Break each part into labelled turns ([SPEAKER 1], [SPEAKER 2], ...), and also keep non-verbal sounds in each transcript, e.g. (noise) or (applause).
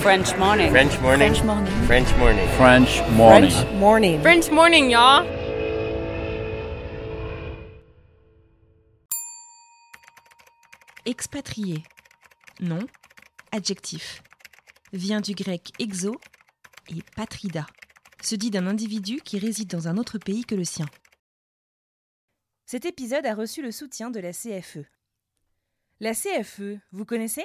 [SPEAKER 1] French morning.
[SPEAKER 2] French morning. French morning. French morning.
[SPEAKER 3] French morning.
[SPEAKER 4] Morning.
[SPEAKER 5] French morning, y'all.
[SPEAKER 6] Expatrié. Nom. Adjectif. Vient du grec exo et patrida. Se dit d'un individu qui réside dans un autre pays que le sien. Cet épisode a reçu le soutien de la CFE. La CFE, vous connaissez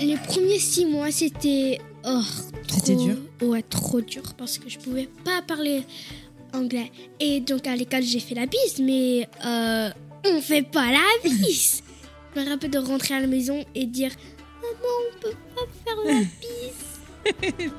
[SPEAKER 7] Les premiers six mois, c'était. Oh, trop-
[SPEAKER 6] C'était dur
[SPEAKER 7] Ouais, trop dur parce que je pouvais pas parler anglais. Et donc à l'école, j'ai fait la bise, mais euh, on fait pas la bise. je me rappelle de rentrer à la maison et dire Maman, on peut pas faire la bise.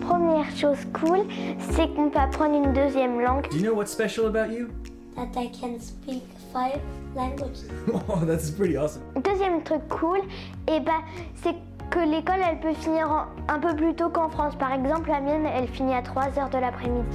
[SPEAKER 8] Première chose cool, c'est qu'on peut apprendre une deuxième langue.
[SPEAKER 9] Do you know what's special about you?
[SPEAKER 8] That I can speak five languages.
[SPEAKER 9] (laughs) Oh, that's pretty awesome.
[SPEAKER 8] Deuxième truc cool, et bah, c'est que l'école, elle peut finir en- un peu plus tôt qu'en France. Par exemple, la mienne, elle finit à 3 heures de l'après-midi.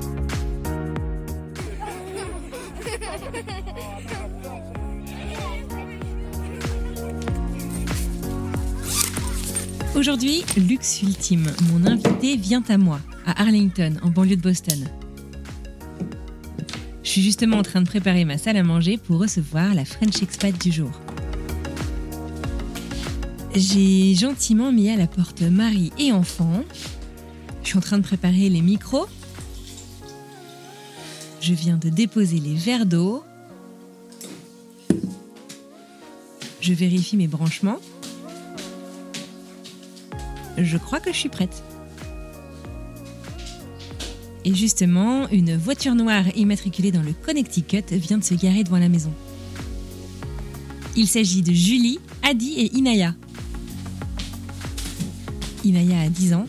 [SPEAKER 6] Aujourd'hui, luxe ultime, mon invité vient à moi, à Arlington, en banlieue de Boston. Je suis justement en train de préparer ma salle à manger pour recevoir la French Expat du jour. J'ai gentiment mis à la porte mari et enfant. Je suis en train de préparer les micros. Je viens de déposer les verres d'eau. Je vérifie mes branchements. Je crois que je suis prête. Et justement, une voiture noire immatriculée dans le Connecticut vient de se garer devant la maison. Il s'agit de Julie, Adi et Inaya. Inaya a 10 ans.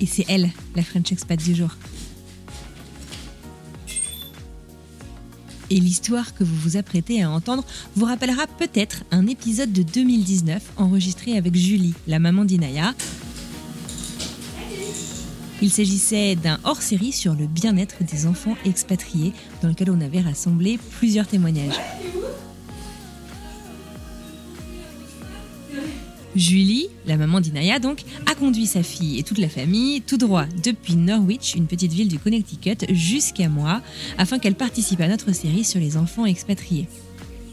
[SPEAKER 6] Et c'est elle, la French Expat du jour. Et l'histoire que vous vous apprêtez à entendre vous rappellera peut-être un épisode de 2019 enregistré avec Julie, la maman d'Inaya. Il s'agissait d'un hors-série sur le bien-être des enfants expatriés dans lequel on avait rassemblé plusieurs témoignages. Julie, la maman d'Inaya donc, a conduit sa fille et toute la famille tout droit depuis Norwich, une petite ville du Connecticut, jusqu'à moi, afin qu'elle participe à notre série sur les enfants expatriés.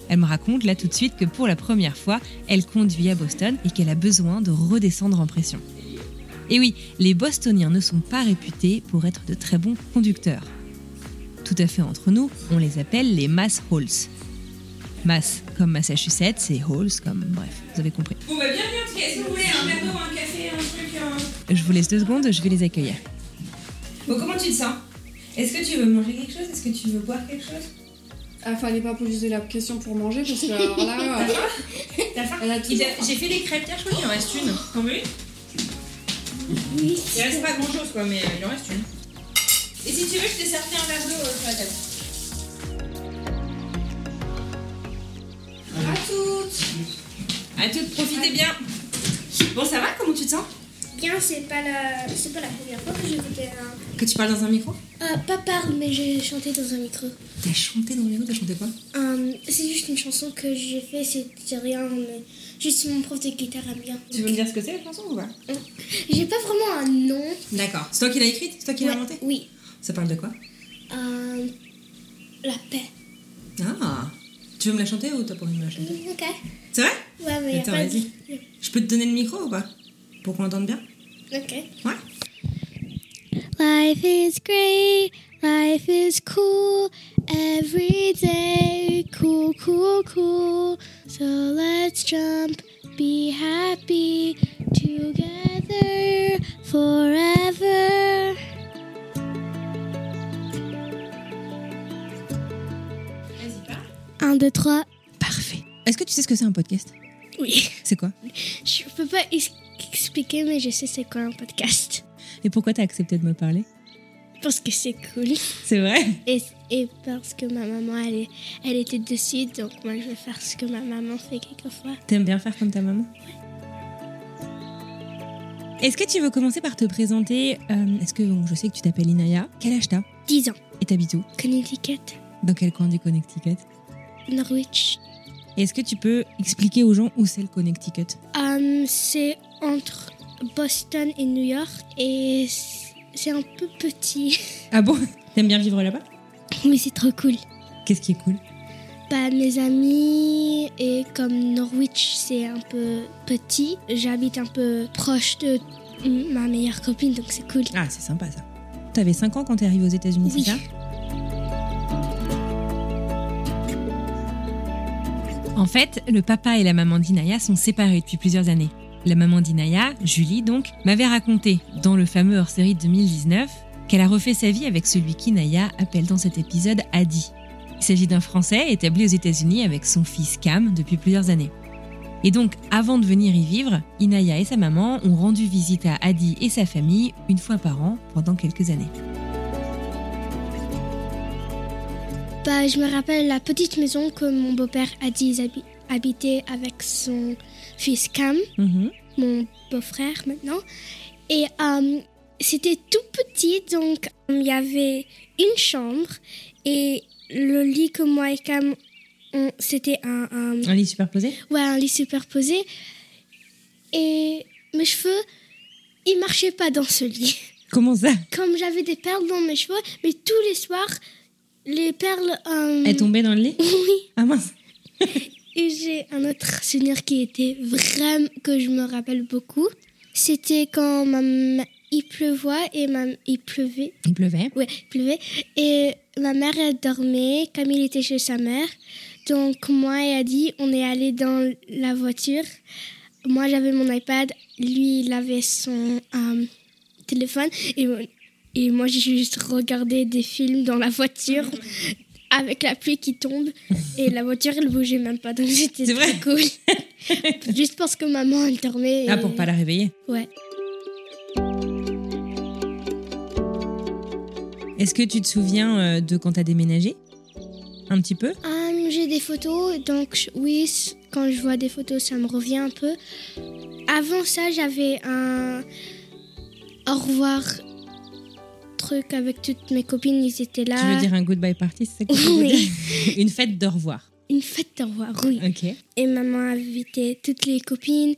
[SPEAKER 6] Elle me raconte là tout de suite que pour la première fois, elle conduit à Boston et qu'elle a besoin de redescendre en pression. Et oui, les Bostoniens ne sont pas réputés pour être de très bons conducteurs. Tout à fait entre nous, on les appelle les Mass Halls. Mass comme Massachusetts et Halls comme... Bref, vous avez compris.
[SPEAKER 10] Est-ce que vous voulez un verre d'eau, un café, un truc un-
[SPEAKER 6] Je vous laisse deux secondes, je vais les accueillir.
[SPEAKER 10] Bon, comment tu te sens Est-ce que tu veux manger quelque chose Est-ce que tu veux boire quelque chose
[SPEAKER 11] Ah, fallait pas poser la question pour manger parce que alors là, euh,
[SPEAKER 10] (laughs) T'as faim
[SPEAKER 11] elle a
[SPEAKER 10] Il
[SPEAKER 11] toujours
[SPEAKER 10] a- J'ai fait des crêpes hier, je crois qu'il en reste une. T'en veux une Il reste pas grand chose quoi, mais euh, il en reste une. Et si tu veux, je te servi un verre d'eau euh, sur la table. À toutes À toutes, profitez bien Bon, ça va Comment tu te sens
[SPEAKER 7] (laughs) bien, c'est pas la, c'est pas la première fois que j'écoutais un.
[SPEAKER 6] Que tu parles dans un micro
[SPEAKER 7] Euh, pas parle, mais j'ai chanté dans un micro.
[SPEAKER 6] T'as chanté dans le micro, t'as chanté quoi
[SPEAKER 7] Euh, c'est juste une chanson que j'ai fait, c'était rien, mais juste mon prof de guitare aime bien.
[SPEAKER 6] Tu veux me dire ce que c'est la chanson ou pas
[SPEAKER 7] Mm. J'ai pas vraiment un nom.
[SPEAKER 6] D'accord. C'est toi qui l'as écrite C'est toi qui l'as
[SPEAKER 7] Ouais,
[SPEAKER 6] inventée
[SPEAKER 7] Oui.
[SPEAKER 6] Ça parle de quoi
[SPEAKER 7] Euh, la paix.
[SPEAKER 6] Ah Tu veux me la chanter ou t'as pas envie de me la chanter
[SPEAKER 7] Ok.
[SPEAKER 6] C'est vrai
[SPEAKER 7] Ouais, mais y a
[SPEAKER 6] Mm. Attends,
[SPEAKER 7] pas de-
[SPEAKER 6] vas-y. Je peux te donner le micro ou pas Pour qu'on l'entende bien
[SPEAKER 7] Ok.
[SPEAKER 6] Ouais
[SPEAKER 8] Life is great, life is cool, every day, cool, cool, cool. So let's jump, be happy together forever.
[SPEAKER 6] Vas-y, parle.
[SPEAKER 7] 1, 2, 3.
[SPEAKER 12] Parfait.
[SPEAKER 6] Est-ce que tu sais ce que c'est un podcast
[SPEAKER 8] (laughs)
[SPEAKER 7] Oui.
[SPEAKER 6] C'est quoi
[SPEAKER 7] Je peux pas ex- expliquer, mais je sais c'est quoi un podcast.
[SPEAKER 6] Et pourquoi t'as accepté de me parler
[SPEAKER 7] Parce que c'est cool.
[SPEAKER 6] C'est vrai
[SPEAKER 7] Et, et parce que ma maman, elle, est- elle était dessus, donc moi je vais faire ce que ma maman fait quelquefois.
[SPEAKER 6] T'aimes bien faire comme ta maman Est-ce que tu veux commencer par te présenter euh, Est-ce que bon, je sais que tu t'appelles Inaya Quel âge t'as
[SPEAKER 7] 10 ans.
[SPEAKER 6] Et t'habites où
[SPEAKER 7] Connecticut,
[SPEAKER 6] Dans quel coin du Connecticut
[SPEAKER 7] Norwich.
[SPEAKER 6] Et Est-ce que tu peux expliquer aux gens où c'est le Connecticut
[SPEAKER 7] Hum, c'est entre Boston et New York et c- c'est un peu petit, (laughs)
[SPEAKER 6] Ah bon T'aimes bien vivre là-bas
[SPEAKER 7] mais c'est trop cool.
[SPEAKER 6] Qu'est-ce qui est cool
[SPEAKER 7] Bah, mes amis et comme Norwich c'est un peu petit, j'habite un peu proche de ma meilleure copine donc c'est cool.
[SPEAKER 6] Ah, c'est sympa ça. T'avais 5 ans quand t'es arrivée aux États-Unis,
[SPEAKER 7] Oui.
[SPEAKER 6] c'est ça En fait, le papa et la maman d'Inaya sont séparés depuis plusieurs années. La maman d'Inaya, Julie donc, m'avait raconté, dans le fameux hors-série de 2019, qu'elle a refait sa vie avec celui qu'Inaya appelle dans cet épisode Adi. Il s'agit d'un Français établi aux États-Unis avec son fils Cam depuis plusieurs années. Et donc, avant de venir y vivre, Inaya et sa maman ont rendu visite à Adi et sa famille une fois par an pendant quelques années.
[SPEAKER 7] Bah, je me rappelle la petite maison que mon beau-père a dit habi- habiter avec son fils Cam,
[SPEAKER 6] Mm-hmm.
[SPEAKER 7] mon beau-frère maintenant. Et hum, c'était tout petit, donc hum, il y avait une chambre et le lit que moi et Cam, on- c'était un, un-
[SPEAKER 6] Un lit superposé
[SPEAKER 7] ouais, un lit superposé. Et mes cheveux, ils marchaient pas dans ce lit. (laughs)
[SPEAKER 6] Comment ça
[SPEAKER 7] Comme j'avais des perles dans mes cheveux, mais tous les soirs, les perles... hum,
[SPEAKER 6] Elle tombée dans le lit
[SPEAKER 7] (laughs) oui.
[SPEAKER 6] Ah mince
[SPEAKER 7] Et j'ai un autre souvenir qui était vraiment que je me rappelle beaucoup. C'était quand ma m- il pleuvoit et ma il pleuvait.
[SPEAKER 6] Il pleuvait.
[SPEAKER 7] Ouais, il pleuvait et ma mère elle dormait comme il était chez sa mère. Donc moi et Adi, on est allés dans la voiture. Moi j'avais mon iPad, lui il avait son euh, téléphone et mon- et moi j'ai juste regardé des films dans
[SPEAKER 6] (laughs)
[SPEAKER 7] la voiture avec la pluie qui tombe et la voiture elle bougeait même pas donc (laughs) c'était
[SPEAKER 6] C'est vrai
[SPEAKER 7] très cool. (laughs) Juste parce que maman elle dormait.
[SPEAKER 6] Ah,
[SPEAKER 7] et-
[SPEAKER 6] pour pas la réveiller
[SPEAKER 7] Ouais.
[SPEAKER 6] Est-ce que tu te souviens euh, de quand t'as déménagé Un petit peu
[SPEAKER 7] Hum, J'ai des photos, donc je- oui, c- quand je vois des photos, ça me revient un peu. Avant ça, j'avais un au revoir truc avec toutes mes copines, ils étaient là.
[SPEAKER 6] Tu veux dire un goodbye party, c'est ça que tu veux
[SPEAKER 7] Oui.
[SPEAKER 6] dire Une fête d'au revoir.
[SPEAKER 7] Une fête au revoir, oui.
[SPEAKER 6] Ok. Tu
[SPEAKER 7] Et maman invitait toutes les copines.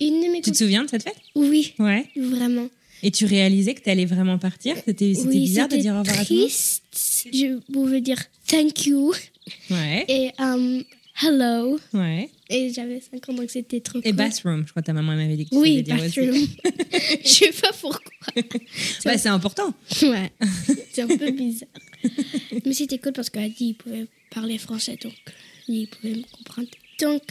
[SPEAKER 7] Une de mes
[SPEAKER 6] te
[SPEAKER 7] copines.
[SPEAKER 6] souviens de cette fête
[SPEAKER 7] Oui,
[SPEAKER 6] Ouais.
[SPEAKER 7] vraiment.
[SPEAKER 6] Et tu réalisais que t'allais vraiment partir C'était c'était
[SPEAKER 7] oui,
[SPEAKER 6] bizarre de
[SPEAKER 7] c'était
[SPEAKER 6] dire au revoir à tout le monde
[SPEAKER 7] triste. Je pouvais dire thank you
[SPEAKER 6] Ouais,
[SPEAKER 7] et hum, hello.
[SPEAKER 6] ouais.
[SPEAKER 7] Et j'avais 5 ans, donc c'était trop
[SPEAKER 6] Et
[SPEAKER 7] cool.
[SPEAKER 6] bathroom, je crois que ta maman elle m'avait dit que tu
[SPEAKER 7] Oui,
[SPEAKER 6] savais dire aussi.
[SPEAKER 7] bathroom. (laughs) Je sais pas pourquoi.
[SPEAKER 6] Ouais, c'est important.
[SPEAKER 7] Ouais, c'est un peu bizarre. Mais c'était cool parce qu'Adi, il pouvait parler français, donc il pouvait me comprendre. Donc,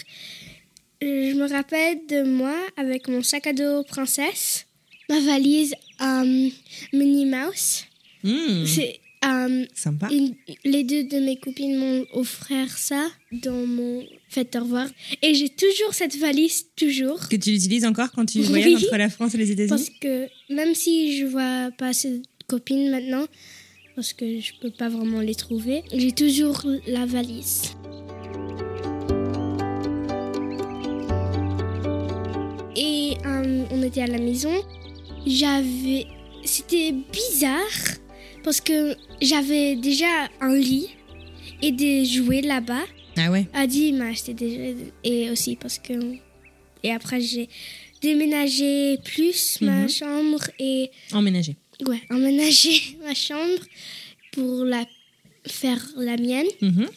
[SPEAKER 7] euh, je me rappelle de moi avec mon sac à dos princesse, ma valise euh, Minnie Mouse.
[SPEAKER 6] Hmm,
[SPEAKER 7] C'est, euh,
[SPEAKER 6] sympa.
[SPEAKER 7] une- les deux de mes copines m'ont offert ça dans mon fête au revoir. Et j'ai toujours cette valise, toujours.
[SPEAKER 6] Que tu l'utilises encore quand tu voyages
[SPEAKER 7] Oui.
[SPEAKER 6] entre la France et les
[SPEAKER 7] Parce
[SPEAKER 6] États-Unis
[SPEAKER 7] que même si je vois pas assez de copines maintenant, parce que je peux pas vraiment les trouver, j'ai toujours la valise. Et euh, on était à la maison J'avais. C'était bizarre parce que j'avais déjà un lit et des jouets là-bas.
[SPEAKER 6] Ah ouais
[SPEAKER 7] Adi m'a acheté des jouets et aussi parce que. Et après, j'ai déménagé plus ma
[SPEAKER 6] Mhm.
[SPEAKER 7] chambre et.
[SPEAKER 6] Emménager.
[SPEAKER 7] Ouais, emménagé (laughs) ma chambre pour la faire la mienne.
[SPEAKER 6] Mhm.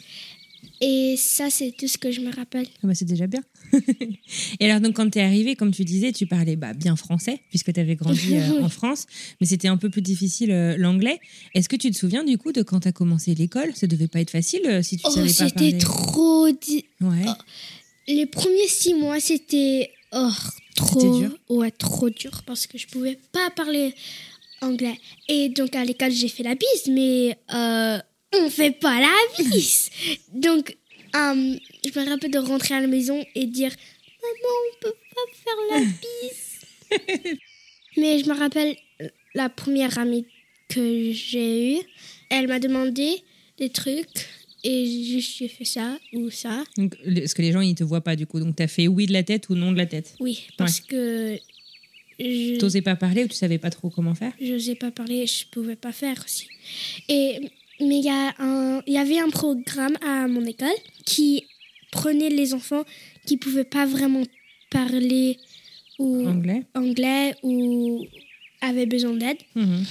[SPEAKER 7] Et ça, c'est tout ce que je me rappelle.
[SPEAKER 6] Ah bah, c'est déjà bien. (laughs) et alors, donc, quand tu es arrivée, comme tu disais, tu parlais bah, bien français, puisque tu avais
[SPEAKER 7] (laughs)
[SPEAKER 6] grandi euh, en France, mais c'était un peu plus difficile euh, l'anglais. Est-ce que tu te souviens du coup de quand tu as commencé l'école Ça devait pas être facile euh, si tu
[SPEAKER 7] Oh,
[SPEAKER 6] savais pas parler.
[SPEAKER 7] c'était trop. di-
[SPEAKER 6] Ouais.
[SPEAKER 7] Les premiers six mois, c'était. Oh, trop.
[SPEAKER 6] C'était dur
[SPEAKER 7] Ouais, trop dur parce que je pouvais pas parler anglais. Et donc, à l'école, j'ai fait la bise, mais euh, on fait pas la
[SPEAKER 6] (laughs)
[SPEAKER 7] bise. donc, euh, je me rappelle de rentrer à la maison et dire Maman, on peut pas faire la bise.
[SPEAKER 6] (laughs)
[SPEAKER 7] mais je me rappelle euh, la première amie que j'ai eue, elle m'a demandé des trucs et juste j'ai fait ça ou ça.
[SPEAKER 6] Donc, le- parce que les gens, ils te voient pas du coup. Donc, tu as fait oui de la tête ou non de la tête
[SPEAKER 7] Oui, parce que
[SPEAKER 6] Tu
[SPEAKER 7] je
[SPEAKER 6] T'osais pas parler ou tu savais pas trop comment faire
[SPEAKER 7] je sais pas parler, je pouvais pas faire aussi. Et mais il y a un il y avait un programme à mon école qui prenait les enfants qui pouvaient pas vraiment parler ou
[SPEAKER 6] Anglais
[SPEAKER 7] anglais ou avaient besoin d'aide.
[SPEAKER 6] Mhm.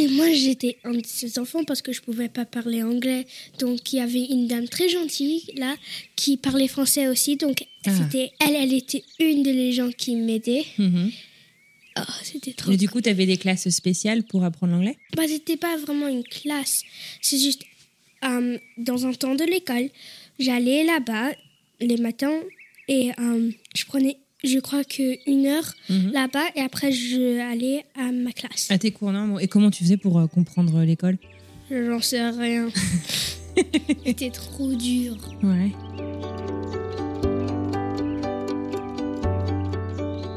[SPEAKER 7] Et moi, j'étais un de ces enfants parce que je pouvais pas parler anglais. Donc, il y avait une dame très gentille là qui parlait français aussi. Donc,
[SPEAKER 6] Ah.
[SPEAKER 7] c'était elle, elle était une des gens qui m'aidaient.
[SPEAKER 6] Mhm.
[SPEAKER 7] Oh, c'était trop.
[SPEAKER 6] Et du coup, tu avais des classes spéciales pour apprendre l'anglais
[SPEAKER 7] Bah, c'était pas vraiment une classe. C'est juste euh, dans un temps de l'école, j'allais là-bas les matins et euh, je prenais, je crois que une heure
[SPEAKER 6] Mhm. Eh.
[SPEAKER 7] là-bas et après je allais à ma classe.
[SPEAKER 6] À tes cours, non Et comment tu faisais pour euh, comprendre euh, l'école
[SPEAKER 7] J'en sais rien. c'était trop dur.
[SPEAKER 6] Ouais.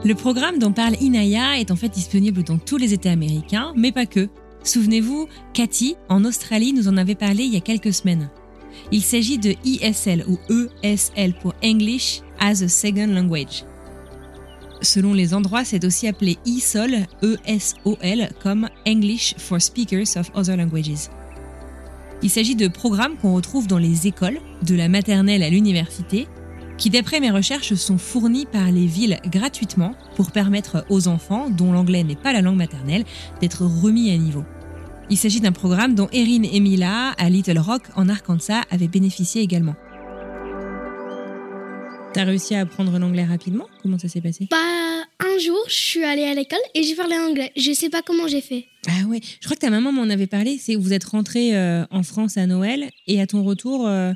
[SPEAKER 6] Le programme dont parle Inaya est en fait disponible dans tous les États américains, mais pas que. Souvenez-vous, Cathy, en Australie, nous en avait parlé il y a quelques semaines. Il s'agit de ESL ou ESL pour English as a Second Language. Selon les endroits, c'est aussi appelé E ESOL, ESOL, comme English for Speakers of Other Languages. Il s'agit de programmes qu'on retrouve dans les écoles, de la maternelle à l'université, qui d'après mes recherches sont fournis par les villes gratuitement pour permettre aux enfants, dont l'anglais n'est pas la langue maternelle, d'être remis à niveau. Il s'agit d'un programme dont Erin et Mila, à Little Rock, en Arkansas, avaient bénéficié également. T'as réussi à apprendre l'anglais rapidement Comment ça s'est passé
[SPEAKER 7] Bah, un jour, je suis allée à l'école et j'ai parlé anglais. Je sais pas comment j'ai fait.
[SPEAKER 6] Ah ouais, je crois que ta maman m'en avait parlé, c'est que vous êtes rentrée euh, en France à Noël et à ton retour, euh,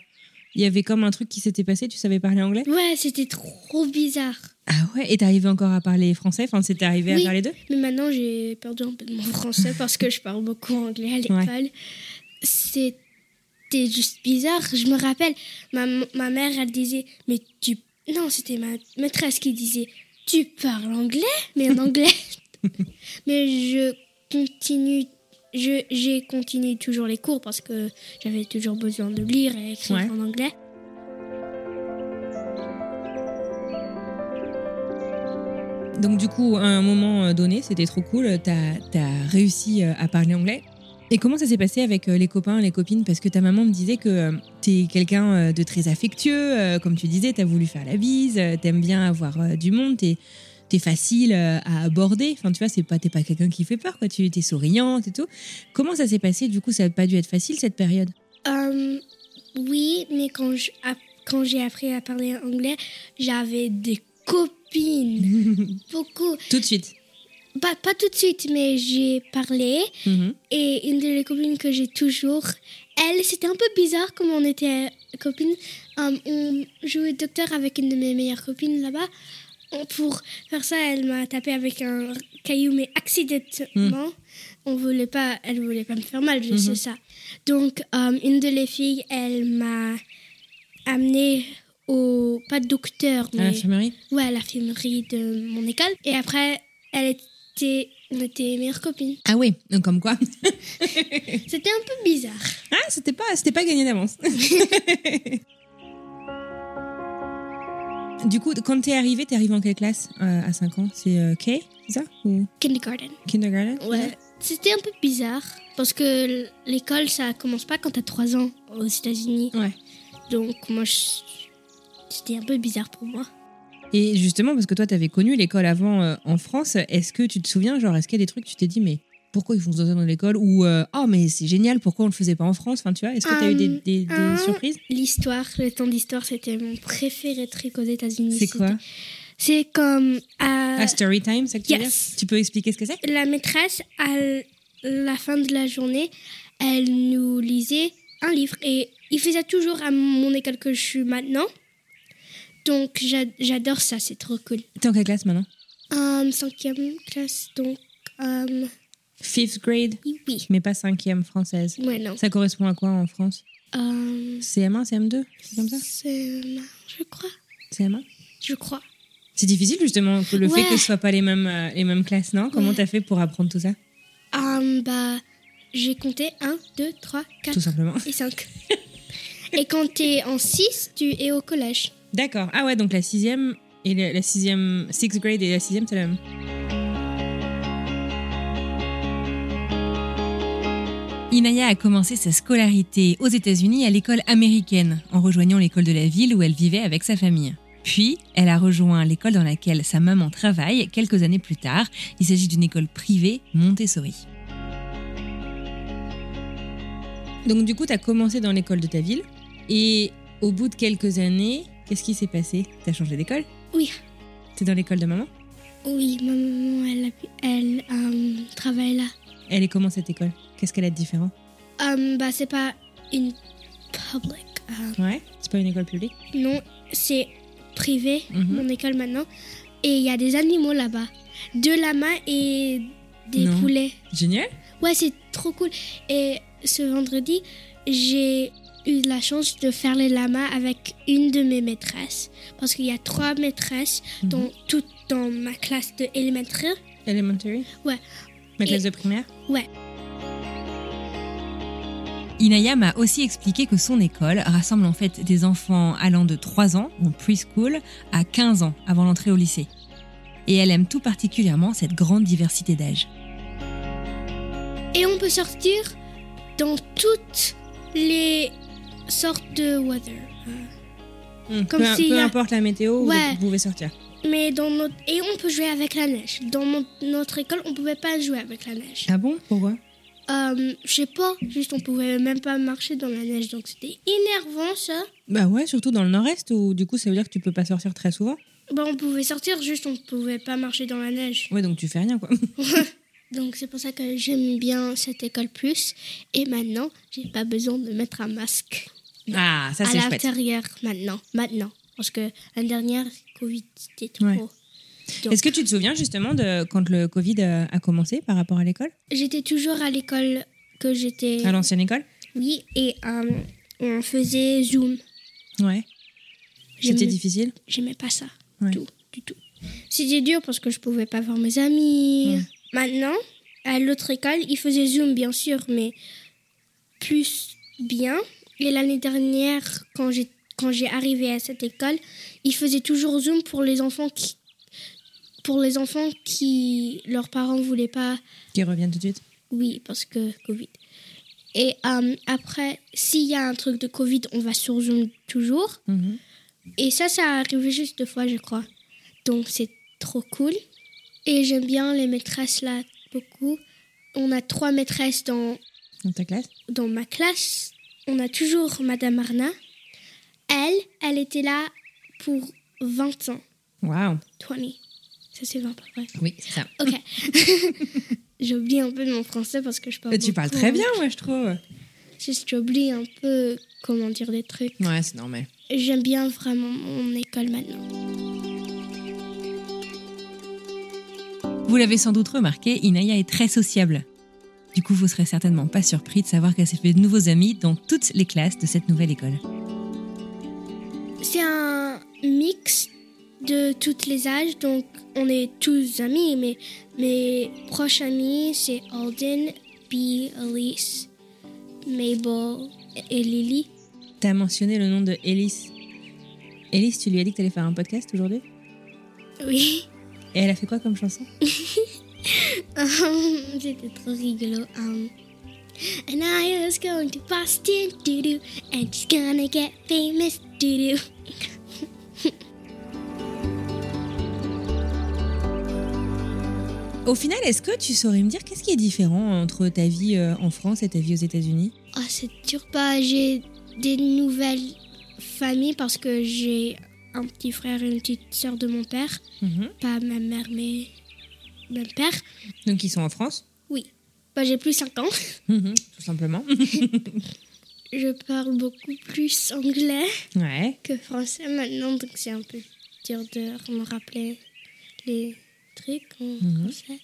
[SPEAKER 6] il y avait comme un truc qui s'était passé, tu savais parler anglais
[SPEAKER 7] Ouais, c'était trop bizarre.
[SPEAKER 6] Ah ouais, et t'arrivais encore à parler français Enfin, c'était arrivé
[SPEAKER 7] Oui.
[SPEAKER 6] à parler deux
[SPEAKER 7] Mais maintenant, j'ai perdu un peu de mon français parce que je parle beaucoup anglais à l'école. C'était juste bizarre. Je me rappelle, ma, ma mère, elle disait, mais tu... Non, c'était ma maîtresse qui disait, tu parles anglais, mais en anglais. mais je continue, je, j'ai continué toujours les cours parce que j'avais toujours besoin de lire et écrire
[SPEAKER 6] Ouais.
[SPEAKER 7] en anglais.
[SPEAKER 6] Donc du coup, à un moment euh, donné, c'était trop cool, t'as as réussi euh, à parler anglais. Et comment ça s'est passé avec euh, les copains, les copines Parce que ta maman me disait que euh, t'es quelqu'un euh, de très affectueux, euh, comme tu disais, t'as voulu faire la bise, euh, t'aimes bien avoir euh, du monde, t'es es facile euh, à aborder. Enfin, tu vois, c'est pas t'es pas quelqu'un qui fait peur, quoi. Tu es souriante et tout. Comment ça s'est passé Du coup, ça a pas dû être facile cette période.
[SPEAKER 7] Euh, oui, mais quand je- ap- quand j'ai appris à parler anglais, j'avais des copines,
[SPEAKER 6] Tout
[SPEAKER 7] beaucoup.
[SPEAKER 6] de suite.
[SPEAKER 7] Pas, pas tout de suite, mais j'ai parlé.
[SPEAKER 6] Mhm.
[SPEAKER 7] Et une de les copines que j'ai toujours, elle, c'était un peu bizarre comme on était copines. Euh, on jouait docteur avec une de mes meilleures copines là-bas. On- Pour faire ça, elle m'a tapé avec un caillou, mais accidentellement. On voulait pas, elle voulait pas me faire mal, je
[SPEAKER 6] Mhm.
[SPEAKER 7] sais ça. Donc, euh, une de les filles, elle m'a amenée au, pas docteur,
[SPEAKER 6] À
[SPEAKER 7] mais
[SPEAKER 6] l'infirmerie
[SPEAKER 7] ouais, à l'infirmerie de mon école. Et après, elle était, on était meilleures copines.
[SPEAKER 6] Ah oui, donc comme quoi
[SPEAKER 7] C'était un peu bizarre.
[SPEAKER 6] Ah, (laughs) c'était pas, c'était pas gagné d'avance. Du coup, quand t'es arrivée, t'es arrivée en quelle classe euh, à 5 ans C'est euh, K, c'est ça Ou
[SPEAKER 7] Kindergarten.
[SPEAKER 6] kindergarten
[SPEAKER 7] Ouais. C'était un peu bizarre parce que l'école, ça commence pas quand t'as 3 ans aux États-Unis.
[SPEAKER 6] Ouais.
[SPEAKER 7] Donc, moi, je- c'était un peu bizarre pour moi.
[SPEAKER 6] Et justement, parce que toi, t'avais connu l'école avant euh, en France, est-ce que tu te souviens, genre, est-ce qu'il y a des trucs que tu t'es dit, mais pourquoi ils font ça dans l'école Ou, euh, oh, mais c'est génial, pourquoi on le faisait pas en France Enfin, tu vois, est-ce que t'as eu des,
[SPEAKER 7] Hum,
[SPEAKER 6] des- des
[SPEAKER 7] hum.
[SPEAKER 6] surprises
[SPEAKER 7] L'histoire, le temps d'histoire, c'était mon préféré truc aux États-Unis.
[SPEAKER 6] C'est quoi
[SPEAKER 7] C'était- C'est comme. euh,
[SPEAKER 6] Ah, story time, c'est ça que tu veux
[SPEAKER 7] yes.
[SPEAKER 6] dire Tu peux expliquer ce que c'est
[SPEAKER 7] la maîtresse, à l- la fin de la journée, elle nous lisait un livre. Et il faisait toujours à mon école que je suis maintenant. Donc j'a- j'adore ça, c'est trop cool.
[SPEAKER 6] T'es en quelle classe maintenant
[SPEAKER 7] Euh, cinquième classe, donc. euh,
[SPEAKER 6] Fifth grade,
[SPEAKER 7] oui.
[SPEAKER 6] mais pas cinquième française.
[SPEAKER 7] Ouais, non.
[SPEAKER 6] Ça correspond à quoi en France
[SPEAKER 7] Euh,
[SPEAKER 6] CM1, CM2 C'est comme ça
[SPEAKER 7] c'est- Je crois.
[SPEAKER 6] CM1
[SPEAKER 7] Je crois.
[SPEAKER 6] C'est difficile justement que le
[SPEAKER 7] Ouais.
[SPEAKER 6] fait que ce soit pas les mêmes, euh, les mêmes classes, non Comment
[SPEAKER 7] Ouais.
[SPEAKER 6] t'as fait pour apprendre tout ça
[SPEAKER 7] Euh, bah, j'ai compté 1, 2, 3, 4
[SPEAKER 6] Tout simplement.
[SPEAKER 7] et 5. et quand t'es en 6, tu es au collège.
[SPEAKER 6] D'accord. Ah ouais, donc la sixième et la, la sixième, sixth grade et la sixième, c'est la même. Inaya a commencé sa scolarité aux États-Unis à l'école américaine, en rejoignant l'école de la ville où elle vivait avec sa famille. Puis, elle a rejoint l'école dans laquelle sa maman travaille quelques années plus tard. Il s'agit d'une école privée Montessori. Donc du coup, tu as commencé dans l'école de ta ville et au bout de quelques années, qu'est-ce qui s'est passé T'as changé d'école
[SPEAKER 7] Oui.
[SPEAKER 6] T'es dans l'école de maman
[SPEAKER 7] Oui, ma maman, elle, a pu- elle euh, travaille là.
[SPEAKER 6] Elle est comment cette école Qu'est-ce qu'elle a de différent
[SPEAKER 7] Euh, bah, c'est pas une public. euh,
[SPEAKER 6] Ouais. C'est pas une école publique
[SPEAKER 7] non, c'est privé,
[SPEAKER 6] Mhm.
[SPEAKER 7] mon école maintenant. Et il y a des animaux là-bas. De la main et des
[SPEAKER 6] Non.
[SPEAKER 7] poulets.
[SPEAKER 6] Génial
[SPEAKER 7] Ouais, c'est trop cool. Et ce vendredi, j'ai eu la chance de faire les lamas avec une de mes maîtresses. Parce qu'il y a trois maîtresses,
[SPEAKER 6] Mhm.
[SPEAKER 7] dans, toutes dans ma classe de élémentaire.
[SPEAKER 6] Elementary
[SPEAKER 7] Ouais.
[SPEAKER 6] Ma
[SPEAKER 7] Et-
[SPEAKER 6] classe de primaire
[SPEAKER 7] Ouais.
[SPEAKER 6] Inaya m'a aussi expliqué que son école rassemble en fait des enfants allant de 3 ans, en preschool, à 15 ans avant l'entrée au lycée. Et elle aime tout particulièrement cette grande diversité d'âge.
[SPEAKER 7] Et on peut sortir dans toutes les sortes de weather. Comme
[SPEAKER 6] Hum, peu,
[SPEAKER 7] s'il y
[SPEAKER 6] peu
[SPEAKER 7] a-
[SPEAKER 6] importe la météo, vous-
[SPEAKER 7] Ouais.
[SPEAKER 6] vous pouvez sortir.
[SPEAKER 7] Mais dans notre... Et on peut jouer avec la neige. Dans mon- notre école, on pouvait pas jouer avec la neige.
[SPEAKER 6] Ah bon Pourquoi
[SPEAKER 7] Euh, Je sais pas, juste on pouvait même pas marcher dans la neige. Donc c'était énervant ça.
[SPEAKER 6] Bah ouais, surtout dans le nord-est où du coup ça veut dire que tu peux pas sortir très souvent.
[SPEAKER 7] Bah, on pouvait sortir, juste on pouvait pas marcher dans la neige.
[SPEAKER 6] Ouais, donc tu fais rien quoi.
[SPEAKER 7] Donc c'est pour ça que j'aime bien cette école plus. Et maintenant, j'ai pas besoin de mettre un masque
[SPEAKER 6] (laughs) Ah, ça
[SPEAKER 7] à
[SPEAKER 6] c'est chouette.
[SPEAKER 7] l'intérieur maintenant. Maintenant. Parce que l'année dernière, Covid, c'était trop.
[SPEAKER 6] Ouais.
[SPEAKER 7] Donc,
[SPEAKER 6] Est-ce que tu te souviens justement de quand le Covid euh, a commencé par rapport à l'école
[SPEAKER 7] J'étais toujours à l'école que j'étais.
[SPEAKER 6] À l'ancienne école
[SPEAKER 7] Oui, et euh, on faisait Zoom.
[SPEAKER 6] Ouais.
[SPEAKER 7] J'aime
[SPEAKER 6] C'était
[SPEAKER 7] le-
[SPEAKER 6] difficile
[SPEAKER 7] J'aimais pas ça.
[SPEAKER 6] Ouais.
[SPEAKER 7] Tout, du tout. C'était dur parce que je pouvais pas voir mes amis.
[SPEAKER 6] Ouais.
[SPEAKER 7] Maintenant, à l'autre école, ils faisaient Zoom, bien sûr, mais plus bien. Et l'année dernière, quand j'ai quand j'ai arrivé à cette école, ils faisaient toujours Zoom pour les enfants qui pour les enfants qui leurs parents voulaient pas
[SPEAKER 6] Qui revient tout de suite
[SPEAKER 7] oui, parce que Covid. Et euh, après, s'il y a un truc de Covid, on va sur Zoom toujours.
[SPEAKER 6] Mhm.
[SPEAKER 7] Et ça, ça a arrivé juste deux fois, je crois. Donc c'est trop cool. Et j'aime bien les maîtresses là beaucoup. On a trois maîtresses dans,
[SPEAKER 6] Dans ta classe
[SPEAKER 7] dans ma classe. On a toujours Madame Arna. Elle, elle était là pour 20 ans.
[SPEAKER 6] Waouh
[SPEAKER 7] 20. Ça c'est 20, pas vrai.
[SPEAKER 6] Oui, c'est ça.
[SPEAKER 7] Ok. (laughs) J'oublie un peu de mon français parce que je parle.
[SPEAKER 6] tu parles
[SPEAKER 7] beaucoup,
[SPEAKER 6] très
[SPEAKER 7] hein.
[SPEAKER 6] bien, moi je trouve.
[SPEAKER 7] Juste j'oublie un peu comment dire des trucs.
[SPEAKER 6] Ouais, c'est normal.
[SPEAKER 7] J'aime bien vraiment mon école maintenant.
[SPEAKER 6] Vous l'avez sans doute remarqué, Inaya est très sociable. Du coup, vous serez certainement pas surpris de savoir qu'elle s'est fait de nouveaux amis dans toutes les classes de cette nouvelle école.
[SPEAKER 7] C'est un mix de tous les âges, donc on est tous amis, mais mes proches amis, c'est Alden, Bee, Elise, Mabel et Lily.
[SPEAKER 6] T'as mentionné le nom de Ellis. Elise, tu lui as dit que t'allais faire un podcast aujourd'hui
[SPEAKER 7] Oui. (laughs)
[SPEAKER 6] Et elle a fait quoi comme chanson
[SPEAKER 7] Hum, C'était trop rigolo. hum. And I was going to Boston, doo-doo, and she's gonna get famous, doo-doo.
[SPEAKER 6] Au final, est-ce que tu saurais me dire qu'est-ce qui est différent entre ta vie euh, en France et ta vie aux États-Unis
[SPEAKER 7] Ah, c'est dur, pas. J'ai des nouvelles familles parce que j'ai un petit frère et une petite sœur de mon père. Pas ma mère, mais mon père.
[SPEAKER 6] Donc ils sont en France,
[SPEAKER 7] Bah, j'ai plus 5 ans.
[SPEAKER 6] Mhm, tout (laughs) simplement.
[SPEAKER 7] Je parle beaucoup plus anglais
[SPEAKER 6] ouais.
[SPEAKER 7] que français maintenant, donc c'est un peu dur de me rappeler les trucs en français.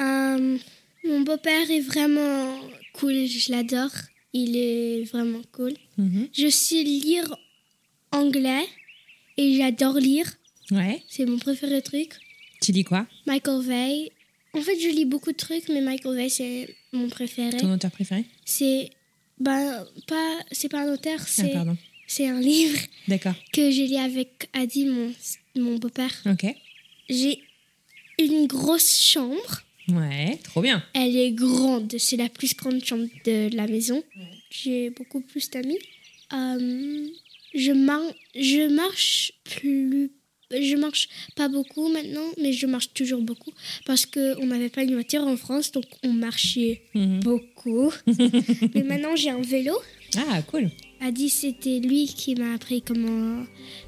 [SPEAKER 7] Euh, mon beau-père est vraiment cool, je l'adore. Il est vraiment cool.
[SPEAKER 6] Mhm.
[SPEAKER 7] Je sais lire anglais et j'adore lire.
[SPEAKER 6] Ouais.
[SPEAKER 7] C'est mon préféré truc.
[SPEAKER 6] Tu dis quoi
[SPEAKER 7] Michael Vey. En fait, je lis beaucoup de trucs, mais Michael Vey, c'est mon préféré.
[SPEAKER 6] Ton auteur préféré
[SPEAKER 7] C'est ben, pas, c'est pas un auteur,
[SPEAKER 6] Ah,
[SPEAKER 7] c'est,
[SPEAKER 6] pardon.
[SPEAKER 7] c'est un livre (laughs)
[SPEAKER 6] D'accord.
[SPEAKER 7] que j'ai lu avec Adi, mon, mon beau-père.
[SPEAKER 6] Ok.
[SPEAKER 7] J'ai une grosse chambre.
[SPEAKER 6] Ouais, trop bien.
[SPEAKER 7] Elle est grande, c'est la plus grande chambre de la maison. J'ai beaucoup plus d'amis. Euh, je, mar- je marche plus. Je marche pas beaucoup maintenant, mais je marche toujours beaucoup parce qu'on n'avait pas une voiture en France, donc on marchait
[SPEAKER 6] Mhm.
[SPEAKER 7] beaucoup. mais maintenant j'ai un vélo.
[SPEAKER 6] Ah, cool.
[SPEAKER 7] Adi, c'était lui qui m'a appris comment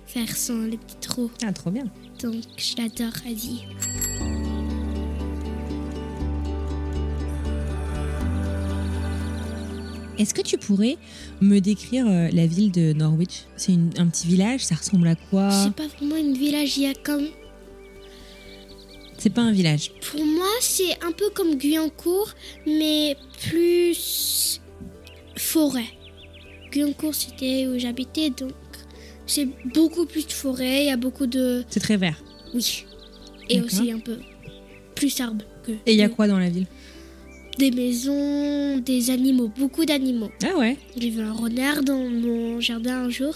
[SPEAKER 7] faire sans les petits trous,
[SPEAKER 6] Ah, trop bien.
[SPEAKER 7] donc je l'adore, Adi.
[SPEAKER 6] Est-ce que tu pourrais me décrire euh, la ville de Norwich C'est une- un petit village, ça ressemble à quoi
[SPEAKER 7] C'est pas vraiment une village, il y a comme
[SPEAKER 6] C'est pas un village.
[SPEAKER 7] Pour moi, c'est un peu comme Guyancourt, mais plus forêt. Guyancourt, c'était où j'habitais, donc c'est beaucoup plus de forêt, il y a beaucoup de...
[SPEAKER 6] C'est très vert.
[SPEAKER 7] Oui. Et
[SPEAKER 6] D'accord.
[SPEAKER 7] aussi un peu plus arbre que...
[SPEAKER 6] Et il y a quoi dans la ville
[SPEAKER 7] Des maisons, des animaux, beaucoup d'animaux.
[SPEAKER 6] Ah ouais
[SPEAKER 7] J'ai vu un renard dans mon jardin un jour.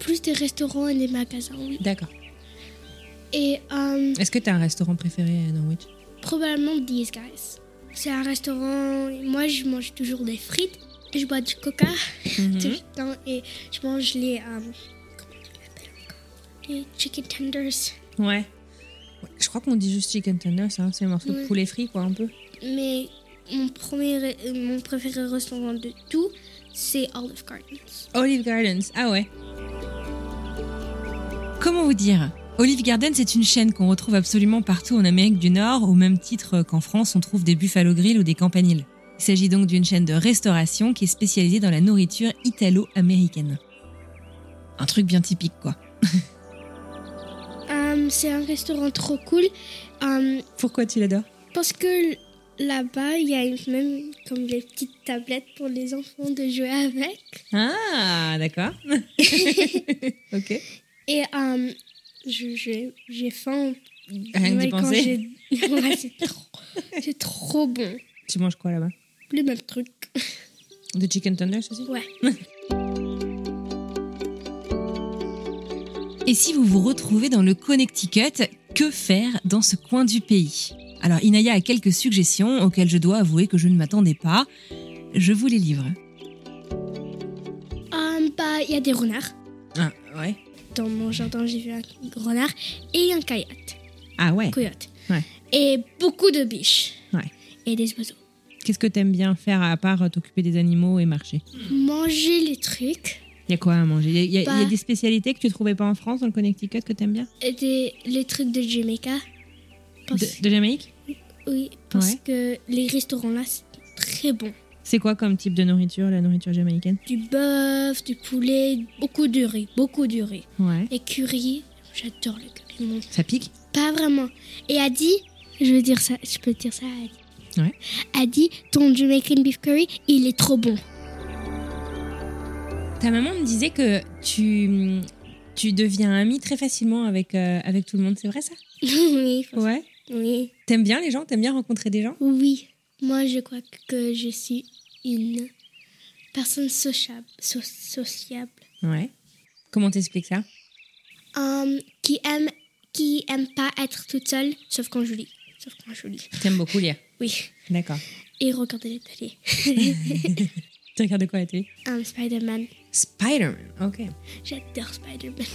[SPEAKER 7] Plus des restaurants et des magasins, oui.
[SPEAKER 6] D'accord.
[SPEAKER 7] Et euh,
[SPEAKER 6] Est-ce que t'as un restaurant préféré à Norwich
[SPEAKER 7] Probablement These Guys. C'est un restaurant. Moi, je mange toujours des frites. Je bois du coca (laughs) tout le temps et je mange les. euh, comment on appelle encore Les chicken tenders.
[SPEAKER 6] Ouais. Je crois qu'on dit juste chicken tenders, hein, c'est un morceau de
[SPEAKER 7] Ouais.
[SPEAKER 6] poulet frit, quoi, un peu.
[SPEAKER 7] Mais mon, premier, euh, mon préféré restaurant de tout, c'est Olive Gardens.
[SPEAKER 6] Olive Gardens, ah ouais. Comment vous dire Olive Garden, c'est une chaîne qu'on retrouve absolument partout en Amérique du Nord, au même titre qu'en France, on trouve des Buffalo Grill ou des Campaniles. Il s'agit donc d'une chaîne de restauration qui est spécialisée dans la nourriture italo-américaine. Un truc bien typique, quoi.
[SPEAKER 7] Euh, c'est un restaurant trop cool. Euh,
[SPEAKER 6] Pourquoi tu l'adores
[SPEAKER 7] parce que là-bas, il y a une- même comme des petites tablettes pour les enfants de jouer avec.
[SPEAKER 6] Ah, (laughs) d'accord. ok.
[SPEAKER 7] Et euh, je- j'ai j'ai faim.
[SPEAKER 6] Rien que d'y
[SPEAKER 7] Ouais, quand
[SPEAKER 6] penser.
[SPEAKER 7] j'ai- Ouais, c'est trop, c'est trop bon.
[SPEAKER 6] Tu manges quoi là-bas
[SPEAKER 7] Le même truc.
[SPEAKER 6] De chicken tenders aussi
[SPEAKER 7] Ouais.
[SPEAKER 6] Et si vous vous retrouvez dans le Connecticut, que faire dans ce coin du pays Alors Inaya a quelques suggestions auxquelles je dois avouer que je ne m'attendais pas. Je vous les livre.
[SPEAKER 7] Euh, bah, il y a des renards.
[SPEAKER 6] Ah ouais
[SPEAKER 7] Dans mon jardin, j'ai vu un renard et un coyote.
[SPEAKER 6] Ah ouais
[SPEAKER 7] coyote.
[SPEAKER 6] Ouais.
[SPEAKER 7] Et beaucoup de biches.
[SPEAKER 6] Ouais.
[SPEAKER 7] Et des oiseaux.
[SPEAKER 6] Qu'est-ce que t'aimes bien faire à part euh, t'occuper des animaux et marcher
[SPEAKER 7] Manger les trucs.
[SPEAKER 6] Il y a quoi à manger Il y, a- y a- y a
[SPEAKER 7] Bah.
[SPEAKER 6] des spécialités que tu trouvais pas en France dans le Connecticut que t'aimes bien
[SPEAKER 7] Et des, les trucs de Jamaica. Parce,
[SPEAKER 6] de, de Jamaïque
[SPEAKER 7] Oui, parce
[SPEAKER 6] Ouais.
[SPEAKER 7] que les restaurants là, c'est très bon.
[SPEAKER 6] C'est quoi comme type de nourriture, la nourriture jamaïcaine
[SPEAKER 7] Du bœuf, du poulet, beaucoup de riz, beaucoup de riz.
[SPEAKER 6] Ouais.
[SPEAKER 7] Et curry, j'adore le curry. Mon-
[SPEAKER 6] Ça pique
[SPEAKER 7] Pas vraiment. Et Adi, je veux dire ça, je peux dire ça à Adi.
[SPEAKER 6] Ouais.
[SPEAKER 7] Adi, ton Jamaican beef curry, il est trop bon. (laughs)
[SPEAKER 6] Ta maman me disait que tu, tu deviens amie très facilement avec, euh, avec tout le monde, c'est vrai ça
[SPEAKER 7] oui, faut-
[SPEAKER 6] Ouais.
[SPEAKER 7] oui,
[SPEAKER 6] T'aimes bien les gens T'aimes bien rencontrer des gens
[SPEAKER 7] oui. Moi, je crois que je suis une personne sociable. so- sociable.
[SPEAKER 6] Ouais. Comment t'expliques ça
[SPEAKER 7] Euh, qui aime qui aime pas être toute seule, sauf quand je lis. Sauf quand je lis.
[SPEAKER 6] T'aimes beaucoup lire.
[SPEAKER 7] Oui.
[SPEAKER 6] D'accord.
[SPEAKER 7] Et regarder la télé.
[SPEAKER 6] Tu regardes quoi à la télé
[SPEAKER 7] Um, Spider-Man.
[SPEAKER 6] Spider-Man. Ok.
[SPEAKER 7] J'adore Spider-Man.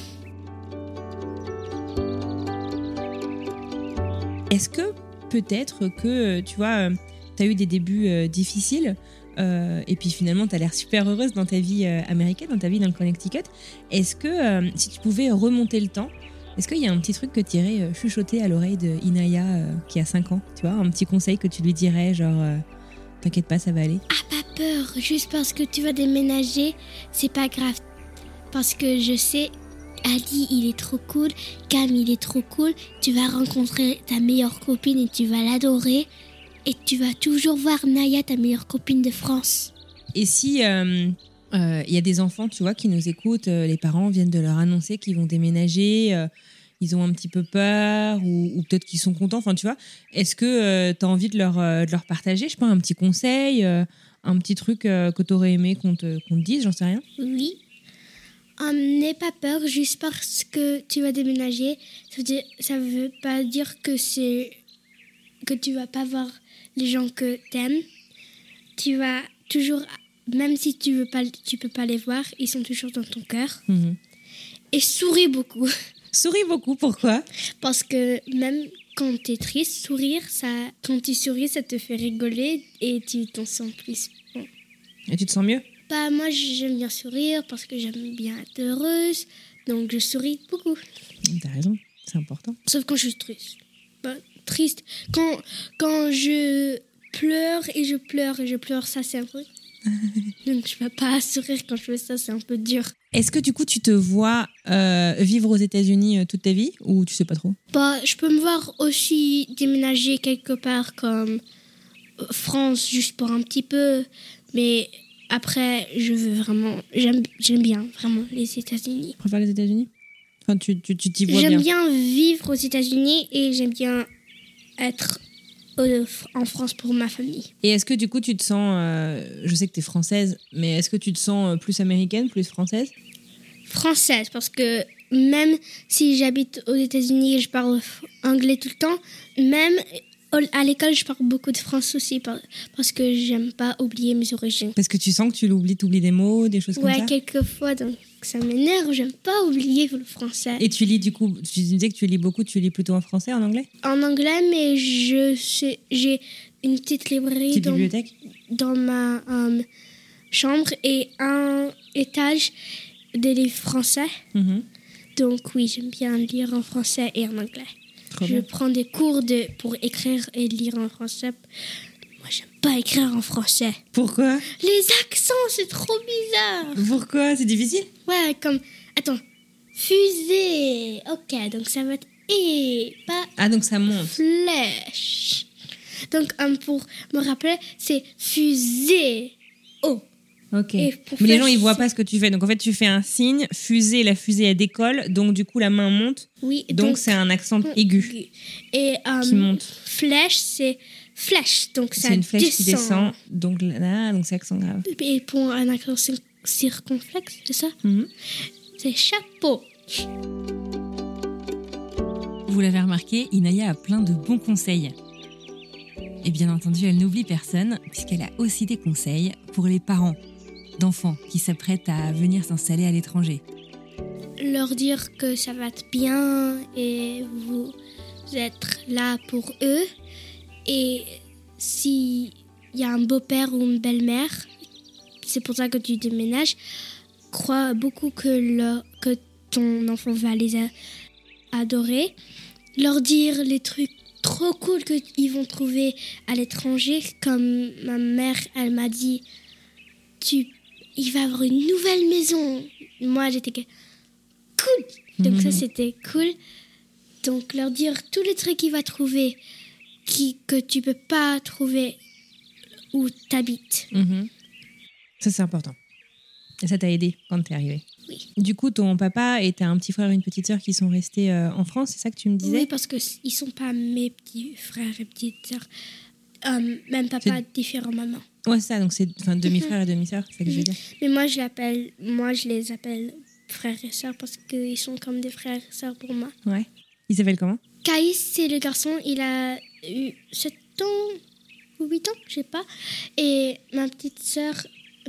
[SPEAKER 6] Est-ce que peut-être que, euh, tu vois, tu as eu des débuts euh, difficiles euh, et puis finalement, tu as l'air super heureuse dans ta vie euh, américaine, dans ta vie dans le Connecticut. Est-ce que, euh, si tu pouvais remonter le temps, est-ce qu'il y a un petit truc que tu irais euh, chuchoter à l'oreille de Inaya euh, qui a 5 ans Tu vois, un petit conseil que tu lui dirais, genre, euh, t'inquiète pas, ça va aller.
[SPEAKER 7] Ah, pas peur, juste parce que tu vas déménager, c'est pas grave. Parce que je sais, Ali, il est trop cool, Cam, il est trop cool, tu vas rencontrer ta meilleure copine et tu vas l'adorer. Et tu vas toujours voir Naya, ta meilleure copine de France.
[SPEAKER 6] Et si euh, euh, il y a des enfants, tu vois, qui nous écoutent, euh, les parents viennent de leur annoncer qu'ils vont déménager, euh, ils ont un petit peu peur ou, ou peut-être qu'ils sont contents, enfin, tu vois, est-ce que tu as envie de leur, euh, de leur partager, je sais pas, un petit conseil, euh, un petit truc euh, que tu aurais aimé qu'on te, qu'on te dise, j'en sais rien
[SPEAKER 7] Oui. Hum, N'aie pas peur juste parce que tu vas déménager. Ça veut, dire- ça veut pas dire que c'est que tu vas pas voir les gens que t'aimes. Tu vas toujours, même si tu veux pas, tu peux pas les voir, ils sont toujours dans ton cœur.
[SPEAKER 6] Mhm.
[SPEAKER 7] Et souris beaucoup (laughs)
[SPEAKER 6] Souris beaucoup, pourquoi
[SPEAKER 7] parce que même quand t'es triste, sourire, ça, quand tu souris, ça te fait rigoler et tu t'en sens plus. bon.
[SPEAKER 6] Et tu te sens mieux
[SPEAKER 7] Bah, moi j'aime bien sourire parce que j'aime bien être heureuse, donc je souris beaucoup.
[SPEAKER 6] T'as raison, c'est important.
[SPEAKER 7] Sauf quand je suis triste. Bah, triste. Quand, quand je pleure et je pleure et je pleure, ça c'est
[SPEAKER 6] (laughs)
[SPEAKER 7] un truc. donc je peux pas sourire quand je fais ça, c'est un peu dur.
[SPEAKER 6] Est-ce que du coup, tu te vois euh, vivre aux États-Unis euh, toute ta vie ou tu sais pas trop
[SPEAKER 7] Bah, je peux me voir aussi déménager quelque part comme euh, France juste pour un petit peu, mais après je veux vraiment, j'aime j'aime bien vraiment les États-Unis.
[SPEAKER 6] Tu préfères les États-Unis Enfin, tu tu- tu t'y vois
[SPEAKER 7] J'aime bien vivre aux États-Unis et j'aime bien être au- en France pour ma famille.
[SPEAKER 6] Et est-ce que du coup tu te sens, euh, je sais que tu es française, mais est-ce que tu te sens euh, plus américaine, plus française
[SPEAKER 7] Française, parce que même si j'habite aux États-Unis et je parle f- anglais tout le temps, même au- à l'école, je parle beaucoup de France aussi par- parce que j'aime pas oublier mes origines.
[SPEAKER 6] Parce que tu sens que tu l'oublies, tu oublies des mots, des choses
[SPEAKER 7] Ouais,
[SPEAKER 6] comme ça
[SPEAKER 7] quelquefois, donc ça m'énerve, j'aime pas oublier le français.
[SPEAKER 6] Et tu lis du coup, tu disais que tu lis beaucoup, tu lis plutôt en français, en anglais
[SPEAKER 7] En anglais, mais je sais, j'ai une petite librairie
[SPEAKER 6] Petite
[SPEAKER 7] dans,
[SPEAKER 6] bibliothèque
[SPEAKER 7] dans ma euh, chambre et un étage des livres français.
[SPEAKER 6] Mhm.
[SPEAKER 7] Donc oui, j'aime bien lire en français et en anglais.
[SPEAKER 6] Trop
[SPEAKER 7] je
[SPEAKER 6] bien.
[SPEAKER 7] prends des cours de, pour écrire et lire en français. Moi, j'aime pas écrire en français.
[SPEAKER 6] Pourquoi
[SPEAKER 7] Les accents, c'est trop bizarre.
[SPEAKER 6] Pourquoi C'est difficile
[SPEAKER 7] Ouais, comme... Attends. Fusée. Ok, donc ça va être... Et pas
[SPEAKER 6] Ah donc ça monte.
[SPEAKER 7] flèche. Donc, euh, pour me rappeler, c'est fusée. Oh.
[SPEAKER 6] Ok.
[SPEAKER 7] Et
[SPEAKER 6] Mais
[SPEAKER 7] pour
[SPEAKER 6] les
[SPEAKER 7] faire-
[SPEAKER 6] gens ils voient pas ce que tu fais. Donc en fait tu fais un signe, fusée, la fusée elle décolle, donc du coup la main monte,
[SPEAKER 7] Oui,
[SPEAKER 6] donc c'est un accent aigu
[SPEAKER 7] Et euh,
[SPEAKER 6] qui monte.
[SPEAKER 7] flèche, c'est flèche. Donc, ça
[SPEAKER 6] C'est une flèche
[SPEAKER 7] descend.
[SPEAKER 6] qui descend, donc là, donc c'est accent grave.
[SPEAKER 7] Et pour un accent cir- circonflexe, c'est ça
[SPEAKER 6] Mhm.
[SPEAKER 7] C'est chapeau.
[SPEAKER 6] Vous l'avez remarqué, Inaya a plein de bons conseils. Et bien entendu, elle n'oublie personne, puisqu'elle a aussi des conseils pour les parents d'enfants qui s'apprêtent à venir s'installer à l'étranger.
[SPEAKER 7] Leur dire que ça va être bien et vous êtes là pour eux. Et s'il y a un beau-père ou une belle-mère, c'est pour ça que tu déménages, crois beaucoup que, le- que ton enfant va les a- adorer. Leur dire les trucs trop cool qu'ils vont trouver à l'étranger, comme ma mère, elle m'a dit, tu, il va avoir une nouvelle maison. Moi, j'étais que- cool. Donc ça, c'était cool. Donc leur dire tous les trucs qu'il va trouver, qui, que tu peux pas trouver où t'habites.
[SPEAKER 6] Ça, c'est important. Et ça t'a aidé quand t'es arrivée.
[SPEAKER 7] Oui.
[SPEAKER 6] Du coup, ton papa et t'as un petit frère et une petite sœur qui sont restés euh, en France, c'est ça que tu me disais
[SPEAKER 7] Oui, parce qu'ils ne sont pas mes petits frères et petites sœurs. Euh, même papa, différents mamans.
[SPEAKER 6] Ouais, c'est ça, donc c'est enfin, demi-frère et demi-sœur, c'est ça que je veux dire.
[SPEAKER 7] Mais moi, je l'appelle, moi, je les appelle frères et sœurs parce qu'ils sont comme des frères et sœurs pour moi.
[SPEAKER 6] Ouais. Ils s'appellent comment
[SPEAKER 7] Caïs, c'est le garçon, il a eu 7 ans ou 8 ans, je sais pas. Et ma petite sœur,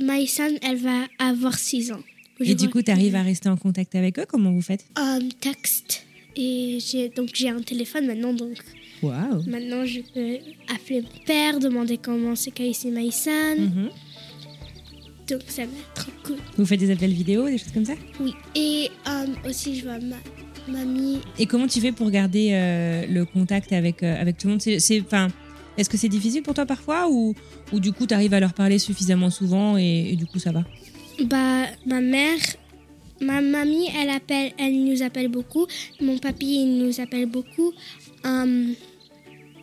[SPEAKER 7] Maïsan, elle va avoir 6 ans.
[SPEAKER 6] Et du coup, tu arrives à rester en contact avec eux Comment vous faites
[SPEAKER 7] Euh, texte. Et j'ai donc j'ai un téléphone maintenant, donc
[SPEAKER 6] Waouh
[SPEAKER 7] maintenant je peux appeler mon père, demander comment c'est Caïs et Maïsan.
[SPEAKER 6] Mhm.
[SPEAKER 7] Donc ça va être trop cool.
[SPEAKER 6] Vous faites des appels vidéo, des choses comme ça
[SPEAKER 7] Oui. Et euh, aussi, je vois ma mamie.
[SPEAKER 6] Et comment tu fais pour garder euh, le contact avec, euh, avec tout le monde C'est- c'est- 'fin, Est-ce que c'est difficile pour toi parfois ou, ou du coup tu arrives à leur parler suffisamment souvent et, et du coup ça va
[SPEAKER 7] Bah, ma mère, ma mamie, elle appelle, elle nous appelle beaucoup. Mon papy, il nous appelle beaucoup. Hum,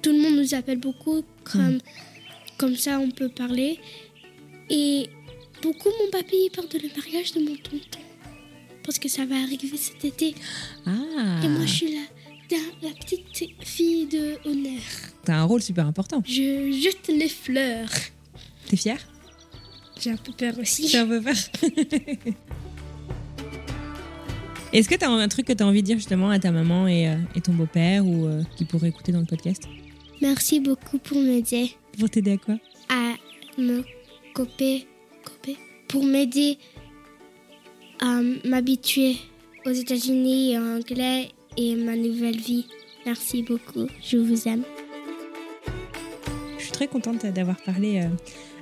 [SPEAKER 7] tout le monde nous appelle beaucoup, comme, comme ça on peut parler. Et beaucoup, mon papy, il parle de le mariage de mon tonton. Parce que ça va arriver cet été.
[SPEAKER 6] Ah
[SPEAKER 7] Et moi, je suis la, la, la petite fille de honneur.
[SPEAKER 6] T'as un rôle super important.
[SPEAKER 7] Je jette les fleurs.
[SPEAKER 6] T'es fière
[SPEAKER 7] J'ai un peu peur aussi.
[SPEAKER 6] J'ai un peu peur. (laughs) Est-ce que t'as un truc que t'as envie de dire justement à ta maman et, euh, et ton beau-père ou euh, qui pourraient écouter dans le podcast
[SPEAKER 7] Merci beaucoup pour m'aider.
[SPEAKER 6] Pour t'aider à quoi
[SPEAKER 7] à me copier, copier pour m'aider à m'habituer aux États-Unis et en anglais et ma nouvelle vie. Merci beaucoup, je vous aime.
[SPEAKER 6] Je suis très contente d'avoir parlé euh,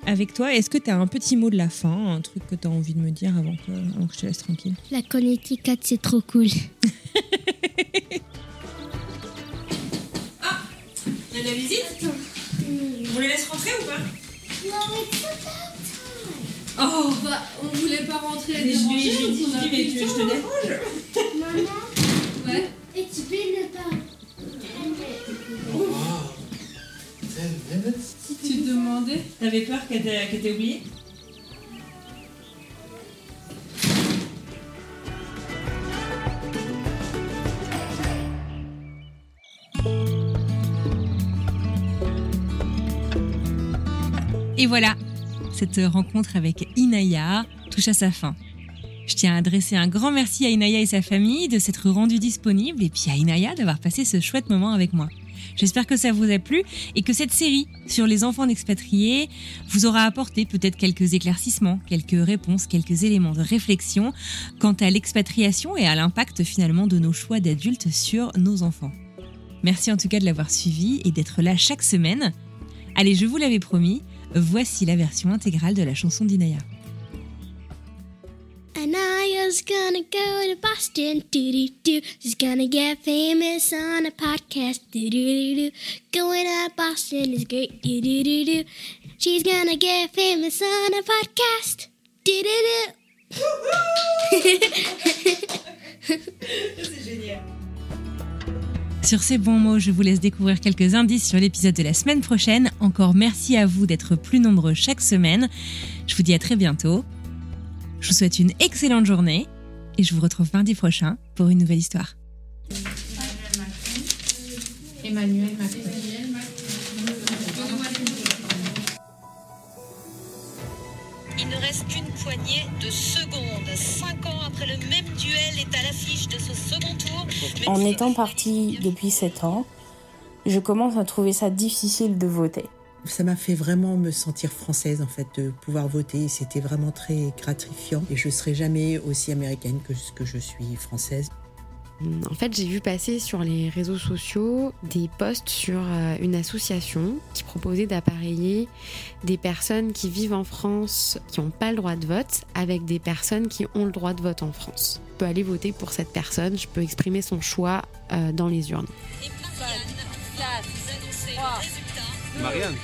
[SPEAKER 6] avec toi. Est-ce que t'as un petit mot de la fin, un truc que t'as envie de me dire avant que, avant que je te laisse tranquille
[SPEAKER 7] La Connecticut, c'est trop cool.
[SPEAKER 6] Il y a de la visite On les laisse rentrer ou pas Oh
[SPEAKER 11] Bah, on voulait pas rentrer à
[SPEAKER 6] Mais je lui ai je lui ai dit, mais tu veux que je te laisse
[SPEAKER 11] Ouais.
[SPEAKER 7] Et tu peux ne pas.
[SPEAKER 11] Tu te demandais
[SPEAKER 6] T'avais peur qu'elle t'ait qu'elle t'ait oublié Et voilà, cette rencontre avec Inaya touche à sa fin. Je tiens à adresser un grand merci à Inaya et sa famille de s'être rendus disponibles et puis à Inaya d'avoir passé ce chouette moment avec moi. J'espère que ça vous a plu et que cette série sur les enfants d'expatriés vous aura apporté peut-être quelques éclaircissements, quelques réponses, quelques éléments de réflexion quant à l'expatriation et à l'impact finalement de nos choix d'adultes sur nos enfants. Merci en tout cas de l'avoir suivi et d'être là chaque semaine. Allez, je vous l'avais promis, voici la version intégrale de la chanson d'Inaya.
[SPEAKER 7] Anaya's gonna go to Boston, doo doo doo. She's gonna get famous on a podcast, doo doo doo doo. Going to Boston is great, doo doo doo doo. She's gonna get famous on a podcast, doo doo doo.
[SPEAKER 6] Sur ces bons mots, je vous laisse découvrir quelques indices sur l'épisode de la semaine prochaine. Encore merci à vous d'être plus nombreux chaque semaine. Je vous dis à très bientôt. Je vous souhaite une excellente journée et je vous retrouve mardi prochain pour une nouvelle histoire.
[SPEAKER 11] Emmanuel Macron.
[SPEAKER 1] Il ne reste qu'une poignée de secondes. Cinq ans après le même duel est à l'affiche de ce second tour. même
[SPEAKER 3] En
[SPEAKER 1] si-
[SPEAKER 3] étant partie depuis 7 ans, je commence à trouver ça difficile de voter.
[SPEAKER 4] Ça m'a fait vraiment me sentir française en fait de pouvoir voter. C'était vraiment très gratifiant et je serai jamais aussi américaine que ce que je suis française.
[SPEAKER 13] En fait, j'ai vu passer sur les réseaux sociaux des posts sur euh, une association qui proposait d'appareiller des personnes qui vivent en France, qui n'ont pas le droit de vote, avec des personnes qui ont le droit de vote en France. Je peux aller voter pour cette personne, je peux exprimer son choix euh, dans les urnes.
[SPEAKER 1] Et Marianne va vous annoncer le résultat.
[SPEAKER 14] Marianne,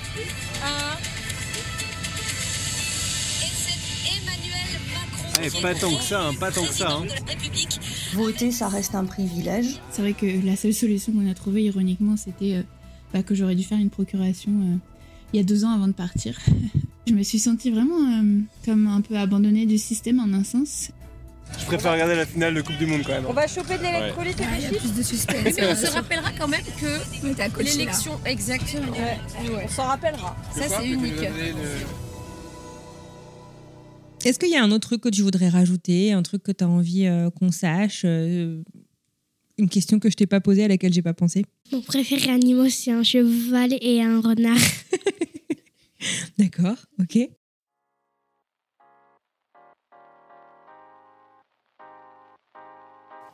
[SPEAKER 1] Un. Et c'est Emmanuel Macron
[SPEAKER 14] Eh,
[SPEAKER 1] qui est
[SPEAKER 14] pas tant
[SPEAKER 1] nommé
[SPEAKER 14] que ça, hein, pas tant que ça, hein.
[SPEAKER 1] président de la République.
[SPEAKER 3] Voter, ça reste un privilège.
[SPEAKER 15] C'est vrai que la seule solution qu'on a trouvée, ironiquement, c'était euh, bah, que j'aurais dû faire une procuration euh, il y a deux ans avant de partir. (laughs) je me suis sentie vraiment euh, comme un peu abandonnée du système en un sens.
[SPEAKER 14] je préfère regarder la finale de Coupe du Monde quand même.
[SPEAKER 3] va choper de
[SPEAKER 14] l'électrolyte
[SPEAKER 3] et du chiffre.
[SPEAKER 14] on se
[SPEAKER 5] rappellera quand même que l'élection, exactement.
[SPEAKER 3] On s'en rappellera.
[SPEAKER 5] Ça, c'est unique.
[SPEAKER 16] Est-ce qu'il y a un autre truc que tu voudrais rajouter, un truc que tu as envie euh, qu'on sache, euh, une question que je t'ai pas posée à laquelle j'ai pas pensé
[SPEAKER 7] Mon préféré animal, c'est un cheval et un renard.
[SPEAKER 16] D'accord, ok.